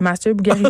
Mathieu Bugarici.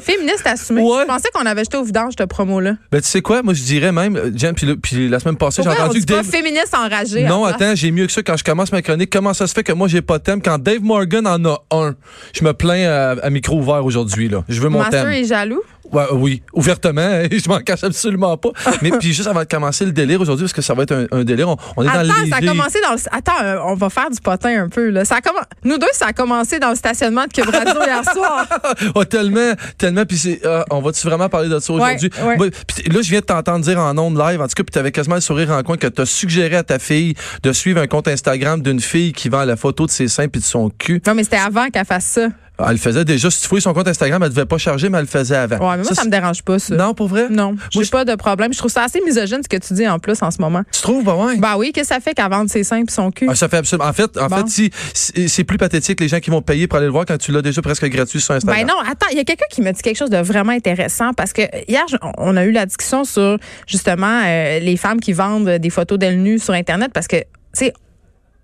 Féministe assumée. Ouais. Je pensais qu'on avait jeté au vidange ce promo-là. Ben, tu sais quoi? Moi, je dirais même, euh, Jen, puis le- puis la semaine passée, j'ai Pourquoi on entendu dit que pas Dave. féministe enragée? Non, à place? attends, j'ai mieux que ça quand je commence ma chronique. Comment ça se fait que moi, j'ai pas de thème quand Dave Morgan en a un? Je me plains euh, à, micro ouvert aujourd'hui, là. Je veux mon Mathieu thème. est jaloux. Ouais, oui, ouvertement. hein, je m'en cache absolument pas. Mais puis juste avant de commencer le délire aujourd'hui, parce que ça va être un, un délire, on, on est dans Attends, l'idée. ça a commencé dans le... Attends, euh, on va faire du potin un peu. Là. Ça a commen- Nous deux, ça a commencé dans le stationnement de Cube Radio hier soir. Oh, tellement, tellement. Puis c'est, ah, on va-tu vraiment parler de ça Ouais, aujourd'hui? ouais. Moi, puis là, je viens de t'entendre dire en ondes live, en tout cas, puis t'avais quasiment le sourire en coin que t'as suggéré à ta fille de suivre un compte Instagram d'une fille qui vend la photo de ses seins puis de son cul. Non, mais c'était avant qu'elle fasse ça. Elle le faisait déjà. Si tu fouilles son compte Instagram, elle devait pas charger, mais elle le faisait avant. Ouais, mais moi, ça, me dérange pas, ça. c'est- Non, pour vrai? Non, j'ai je- pas de problème. Je trouve ça assez misogyne ce que tu dis en plus en ce moment. Tu trouves? Bah ouais. Ben oui, qu'est-ce que ça fait qu'elle vende ses seins pis son cul? Ah, ça fait absolument. En fait, en Bon. fait, si, si- c'est plus pathétique les gens qui vont payer pour aller le voir quand tu l'as déjà presque gratuit sur Instagram. Ben non, attends, il y a quelqu'un qui m'a dit quelque chose de vraiment intéressant parce que hier, je- on a eu la discussion sur justement euh, les femmes qui vendent des photos d'elles nues sur Internet parce que, tu sais,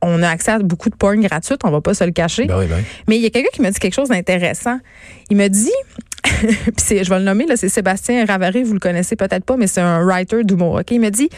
on a accès à beaucoup de porn gratuite, on va pas se le cacher. Ben oui, ben. Mais il y a quelqu'un qui m'a dit quelque chose d'intéressant. Il me dit, puis c'est- je vais le nommer, là, c'est Sébastien Ravary, vous le connaissez peut-être pas, mais c'est un writer d'humour. ok? Il me dit,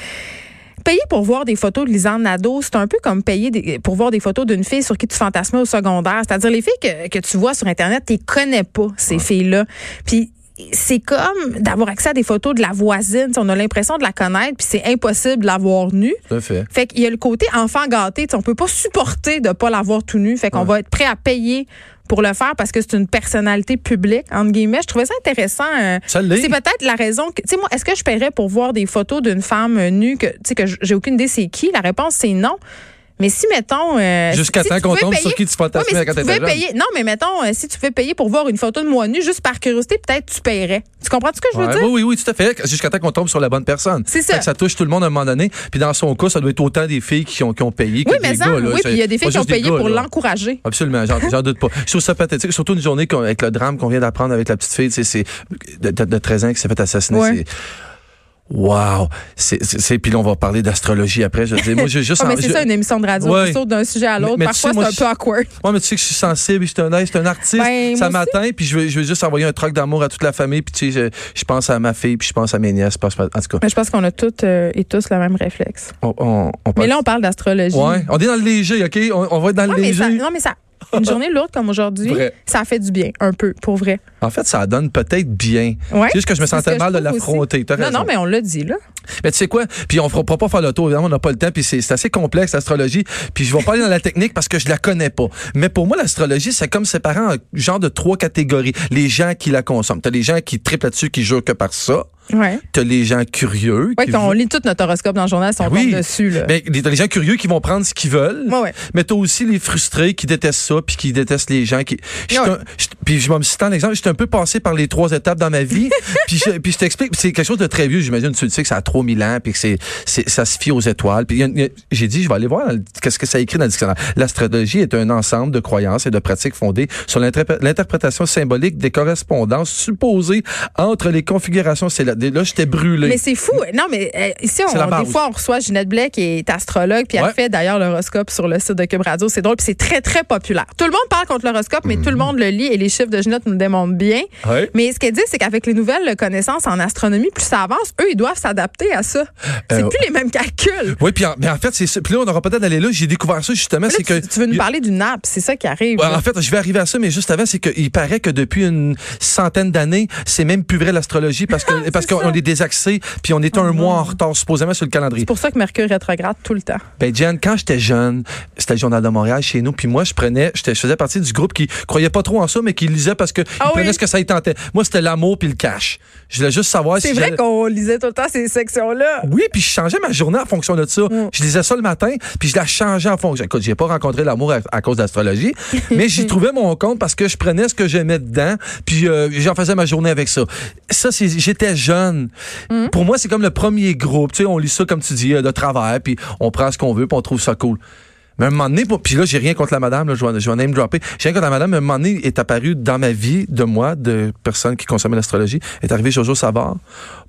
payer pour voir des photos de Lisanne Nadeau, c'est un peu comme payer des- pour voir des photos d'une fille sur qui tu fantasmais au secondaire. C'est-à-dire les filles que, que tu vois sur Internet, tu les connais pas, ces filles-là. Puis c'est comme d'avoir accès à des photos de la voisine. Tu sais, On a l'impression de la connaître, puis c'est impossible de la voir nue. Tout à fait. Fait qu'il y a le côté enfant gâté. Tu sais, on peut pas supporter de pas l'avoir tout nu. Fait qu'on va être prêt à payer pour le faire parce que c'est une personnalité publique, entre guillemets. Je trouvais ça intéressant. euh, Ça l'est. c'est peut-être la raison que, tu sais, moi, est-ce que je paierais pour voir des photos d'une femme euh, nue que, tu sais, que j- j'ai aucune idée c'est qui? La réponse, c'est non. Mais si, mettons. euh, Jusqu'à si temps tu qu'on pouvais tombe payer- sur qui tu Ouais, mais fantasmes si quand tu t'étais pouvais jeune. payer- Non, mais mettons, euh, si tu pouvais payer pour voir une photo de moi nue juste par curiosité, peut-être tu paierais. Tu comprends ce que je veux Ouais, dire? oui, oui, oui, tout à fait. Jusqu'à temps qu'on tombe sur la bonne personne. C'est ça. Fait que ça touche tout le monde à un moment donné. Puis dans son cas, ça doit être autant des filles qui ont, qui ont payé que Oui, des mais ça, gars. là. oui, C'est puis il y a des filles pas qui ont juste des payé gars, pour là. l'encourager. Absolument, j'en j'en doute pas. Je trouve ça pathétique, surtout une journée qu'on- avec le drame qu'on vient d'apprendre avec la petite fille, tu sais, c'est de, de- de 13 ans qui s'est fait assassiner. Ouais. c'est- Wow! C'est- c'est- c'est- Puis là, on va parler d'astrologie après. Je veux dire, moi, j'ai juste Ah, mais en- c'est je- ça, une émission de radio. Ouais. On saute d'un sujet à l'autre. Mais- mais tu sais, Parfois, moi, c'est un peu awkward. Ouais, mais tu sais que je suis sensible, je suis un, je suis un artiste. Ben, ça moi aussi. m'atteint, puis je veux, je veux juste envoyer un troc d'amour à toute la famille. Puis tu sais, je, je pense à ma fille, puis je pense à mes nièces. je pense- en tout cas, Mais je pense qu'on a toutes euh, et tous le même réflexe. on, on, on Mais parle- là, on parle d'astrologie. Ouais, on est dans le léger, OK? On, on va être dans Ouais, le mais léger. ça, non, mais ça. Une journée lourde comme aujourd'hui, Vrai. ça fait du bien, un peu, pour vrai. En fait, ça donne peut-être bien. Ouais, C'est juste que je me c'est ce sentais que mal de je trouve l'affronter. T'as Non, raison. non, mais on l'a dit, là. Mais tu sais quoi? Puis on ne pourra pas faire le tour, évidemment, on n'a pas le temps. Puis c'est c'est assez complexe, l'astrologie. Puis je vais pas aller dans la technique parce que je la connais pas. Mais pour moi, l'astrologie, c'est comme séparant un genre de trois catégories. Les gens qui la consomment. T'as les gens qui triplent là-dessus, qui jurent que par ça. Ouais. T'as les gens curieux. Ouais, qui qu'on vou- lit tout notre horoscope dans le journal, si on Oui. tombe dessus, là. Ben, les- t'as les gens curieux qui vont prendre ce qu'ils veulent. Ouais, ouais. Mais t'as aussi les frustrés qui détestent ça, puis qui détestent les gens qui. Je suis Ouais. un- je- Puis je vais me citer un exemple. J'étais un peu passé par les trois étapes dans ma vie. puis, je, puis je t'explique. C'est quelque chose de très vieux. J'imagine, tu le sais que ça a 3000 ans, puis que c'est, c'est- ça se fie aux étoiles. Puis il y a- il y a- j'ai dit, je vais aller voir dans le- qu'est-ce que ça écrit dans le dictionnaire. L'astrologie est un ensemble de croyances et de pratiques fondées sur l'interpré- l'interprétation symbolique des correspondances supposées entre les configurations célestes. Là, j'étais brûlé. Mais c'est fou. Non, mais euh, ici, C'est la on, base. des fois, on reçoit Ginette Blais, qui est astrologue, puis Ouais. elle fait d'ailleurs l'horoscope sur le site de Cube Radio. C'est drôle, puis c'est très, très populaire. Tout le monde parle contre l'horoscope, Mm. mais tout le monde le lit et les chiffres de Ginette nous le démontrent bien. Ouais. Mais ce qu'elle dit, c'est qu'avec les nouvelles connaissances en astronomie, plus ça avance, eux, ils doivent s'adapter à ça. C'est Euh, plus les mêmes calculs. Oui, puis en, mais en fait, c'est ça. Puis là, on aura peut-être d'aller là. J'ai découvert ça justement. Là, c'est que tu, tu veux nous parler du nappe, c'est ça qui arrive. Ouais, là. en fait, je vais arriver à ça, mais juste avant, c'est qu'il paraît que depuis une centaine d'années, c'est même plus vrai l'astrologie parce Ah, que parce qu'on on est désaxé, puis on est Oh, un mois en retard supposément sur le calendrier. c'est pour ça que Mercure rétrograde tout le temps. Ben Jen, quand j'étais jeune, c'était le journal de Montréal chez nous, puis moi je prenais, j'étais- je faisais partie du groupe qui croyait pas trop en ça, mais qui lisait parce que Ah ils prenaient oui? ce que ça y tentait. Moi c'était l'amour puis le cash. Je voulais juste savoir C'est si vrai j'allais- qu'on lisait tout le temps ces sections-là. oui, puis je changeais ma journée en fonction de ça. Je lisais ça le matin, puis je la changeais en fonction. Écoute, j'ai pas rencontré l'amour à, à cause d'astrologie, mais j'y trouvais mon compte parce que je prenais ce que j'aimais dedans, puis euh, j'en faisais ma journée avec ça. Ça, c'est j'étais jeune. Pour moi, c'est comme le premier groupe. Tu sais, on lit ça comme tu dis euh, de travers, puis on prend ce qu'on veut, puis on trouve ça cool. Mais à un moment donné, pour- puis là, j'ai rien contre la madame, là, je vais, je vais name dropper. J'ai rien contre la madame, mais à un moment donné, est apparu dans ma vie, de moi, de personnes qui consommaient l'astrologie, est arrivé Jojo Savard.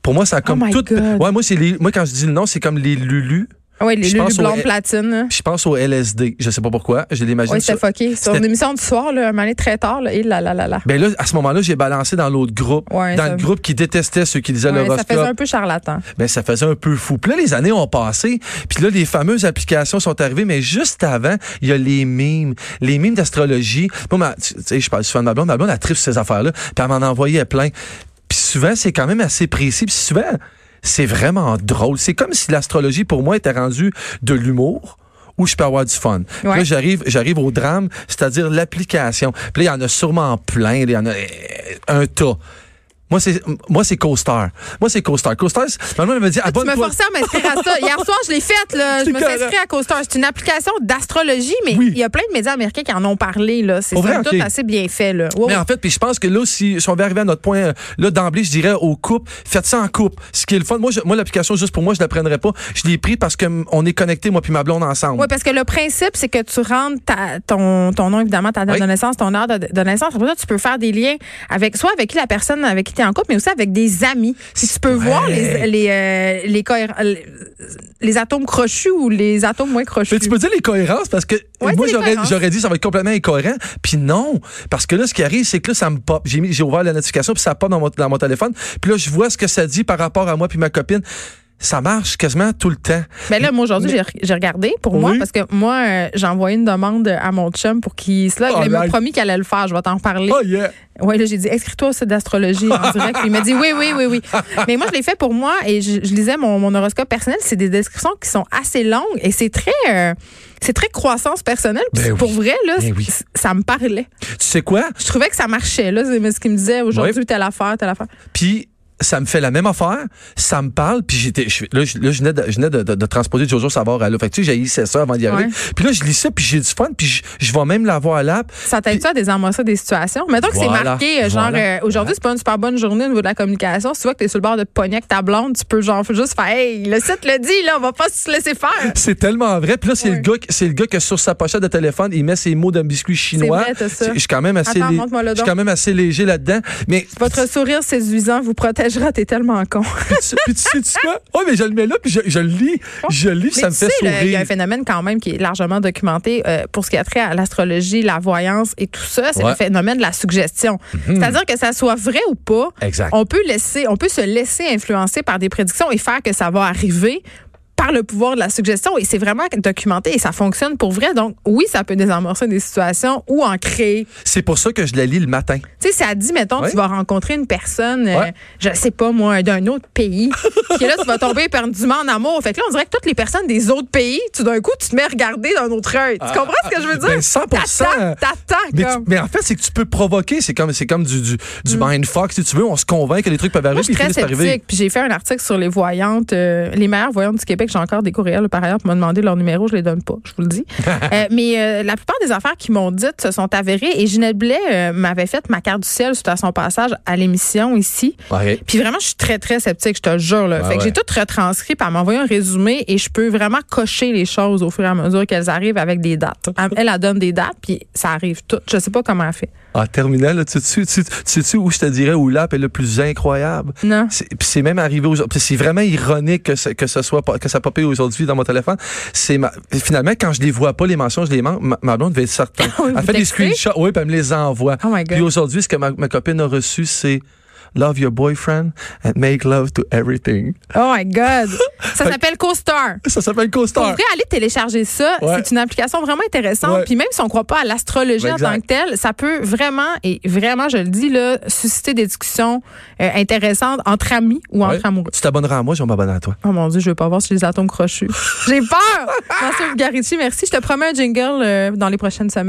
Pour moi, ça a comme Oh my tout. God. Ouais, moi, c'est les- moi, quand je dis le nom, c'est comme les Lulu. Ah ouais, les Je lulus pense au- blondes platine. Puis je pense au LSD. Je sais pas pourquoi. Je l'imagine. Oui, ça. c'était fucké. Sur une C'était- émission du soir, là, un moment donné, très tard, là, et là, là, là, là. Ben là, à ce moment-là, j'ai balancé dans l'autre groupe. Ouais, dans ça- le groupe qui détestait ceux qui lisaient Ouais, ça faisait l'horoscope. un peu charlatan. Ben, ça faisait un peu fou. Puis là, les années ont passé. Puis là, les fameuses applications sont arrivées. Mais juste avant, il y a les mimes. Les mimes d'astrologie. Moi, ma- tu tu sais, je parle souvent de ma blonde. Ma blonde, elle tripe sur ces affaires-là. Puis elle m'en envoyait plein. Puis souvent, c'est quand même assez précis. Puis souvent, c'est vraiment drôle. C'est comme si l'astrologie, pour moi, était rendue de l'humour où je peux avoir du fun. Puis Ouais. Là, j'arrive, j'arrive au drame, c'est-à-dire l'application. Puis là, il y en a sûrement plein. Il y en a euh, un tas. Moi, c'est, moi, c'est CoStar. Moi, c'est CoStar. CoStar, c'est- ma mère me dit, Ah, Tu m'as abonne-toi. forcé à m'inscrire à ça. Hier soir, je l'ai faite. là. Je C'est me suis correct. inscrite à CoStar. C'est une application d'astrologie, mais il Oui. y a plein de médias américains qui en ont parlé. là. C'est Pour vrai, somme toute ok. assez bien fait. Là. Wow. Mais en fait, puis je pense que là, si, si on veut arriver à notre point, euh, là, d'emblée, je dirais au couple, faites ça en couple. Ce qui est le fun. Moi, je- moi, l'application, juste pour moi, je la prendrais pas. Je l'ai pris parce que mm, on est connectés, moi puis ma blonde, ensemble. Oui, parce que le principe, c'est que tu rentres ta- ton, ton nom, évidemment, ta date Oui. de naissance, ton heure de, de naissance. Après ça, tu peux faire des liens avec soit avec qui la personne avec qui tu es en couple, mais aussi avec des amis. Si tu peux Ouais. voir les, les, euh, les, cohé- les, les atomes crochus ou les atomes moins crochus. Mais tu peux dire les cohérences parce que Ouais, c'est moi les j'aurais cohérences. j'aurais dit ça va être complètement incohérent puis non parce que là ce qui arrive c'est que là ça me pop j'ai mis- j'ai ouvert la notification puis ça pop dans mon, dans mon téléphone puis là je vois ce que ça dit par rapport à moi puis ma copine ça marche quasiment tout le temps Ben là, moi, aujourd'hui, j'ai j'ai regardé pour moi Oui. parce que moi, euh, j'ai envoyé une demande à mon chum pour qu'il se log. Oh, il m'a like. promis qu'il allait le faire. Je vais t'en reparler. oh yeah Oui, là, j'ai dit, inscris-toi au site d'astrologie en direct. Puis il m'a dit, oui, oui, oui, oui. Mais moi, je l'ai fait pour moi et je, je lisais mon, mon horoscope personnel. C'est des descriptions qui sont assez longues et c'est très, euh, c'est très croissance personnelle. Puis Ben oui. Pour vrai, là, Ben oui. c- ça me parlait. tu sais quoi Je trouvais que ça marchait, là. C'est ce qu'il me disait aujourd'hui, Ouais. telle affaire, telle affaire. puis ça me fait la même affaire, ça me parle, puis j'étais, je- là, je, là, je venais de, je venais de, de- de transposer Jojo Savard à là. Fait que, tu sais, j'ai ça avant d'y arriver. Ouais. Puis là, je lis ça, puis j'ai du fun, puis je, je vais même l'avoir à l'app. Ça t'aide ça à désamorcer des situations? Mettons que c'est Voilà, marqué, euh, genre, voilà, euh, aujourd'hui, c'est pas une super bonne journée au niveau de la communication. Si tu vois que t'es sur le bord de pogner avec ta blonde, tu peux, genre, juste faire, hey, le site le dit, là, on va pas se laisser faire. C'est tellement vrai. Puis là, c'est Ouais. le gars, qui- c'est le gars que sur sa pochette de téléphone, il met ses mots d'un biscuit chinois. C'est vrai, t'as ça. Je suis quand même assez, Attends, lé- montre-moi le je suis donc. quand même assez léger là-dedans. Mais Votre sourire séduisant vous protégera, t'es tellement con. puis tu, puis tu sais tu quoi Oh, mais je le mets là, puis je, je le lis, je le lis, Oh. Mais puis tu ça me fait sais, là, Il y a sourire. un phénomène quand même qui est largement documenté euh, pour ce qui a trait à l'astrologie, la voyance et tout ça. C'est Ouais. Mhm. le phénomène de la suggestion. C'est-à-dire que ça soit vrai ou pas, Exact. on peut laisser, on peut se laisser influencer par des prédictions et faire que ça va arriver par le pouvoir de la suggestion et c'est vraiment documenté et ça fonctionne pour vrai. Donc oui, ça peut désamorcer des situations ou en créer. C'est pour ça que je la lis le matin. Tu sais, ça dit, mettons, Ouais. tu vas rencontrer une personne, euh, Ouais. je sais pas moi, d'un autre pays. Puis là, tu vas tomber éperdument en amour. Fait que là, on dirait que toutes les personnes des autres pays, tout d'un coup, tu te mets à regarder d'un autre œil. Tu comprends ce que je veux dire? Ah. Ben, 100%. T'attends, t'attends. Mais, tu- comme. Mm. mais en fait, c'est que tu peux provoquer. C'est comme, c'est comme du, du, du mindfuck, si tu veux. On se convainc que les trucs peuvent Moi, arriver, je suis puis ils très finissent par arriver. sceptique. Puis j'ai fait un article sur les voyantes, euh, les meilleures voyantes du Québec. J'ai encore des courriels par ailleurs pour me demander leur numéro. Je les donne pas, je vous le dis. Euh, mais euh, la plupart des affaires qui m'ont dites se sont avérées. Et Ginette Blais euh, m'avait fait ma carte du ciel suite à son passage à l'émission ici. Ouais. Puis vraiment, je suis très, très sceptique, je te le jure. Là. Ouais, fait que ouais. j'ai tout retranscrit, par m'envoyer un résumé et je peux vraiment cocher les choses au fur et à mesure qu'elles arrivent avec des dates. Elle, elle elle donne des dates, puis ça arrive tout. Je sais pas comment elle fait. En terminale, Ah, là, tu sais-tu tu- tu sais-tu où je te dirais où l'app est le plus incroyable? Non. C'est- Puis c'est même arrivé aujourd'hui. Puis C'est vraiment ironique que, ce- que ce soit pas- que ça popé aujourd'hui dans mon téléphone. C'est ma- finalement quand je les vois pas les mentions, je les manque. Ma, ma blonde devait être certaine. Oui, vous elle fait des textez? screenshots, oui, puis elle me les envoie. Oh my God. puis aujourd'hui, ce que ma, ma copine a reçu, c'est Love your boyfriend and make love to everything. Oh my God! Ça s'appelle CoStar. Ça s'appelle Pour CoStar. vrai, allez télécharger ça. Ouais. C'est une application vraiment intéressante. Ouais. Puis même si on ne croit pas à l'astrologie Ben, en exact. tant que telle, ça peut vraiment, et vraiment, je le dis, là, susciter des discussions euh, intéressantes entre amis ou Ouais. entre amoureux. Tu t'abonneras à moi, je vais m'abonner à toi. Oh mon Dieu, je veux pas voir si les atomes crochus. J'ai peur! Merci, Vulgarity, merci. Je te promets un jingle euh, dans les prochaines semaines.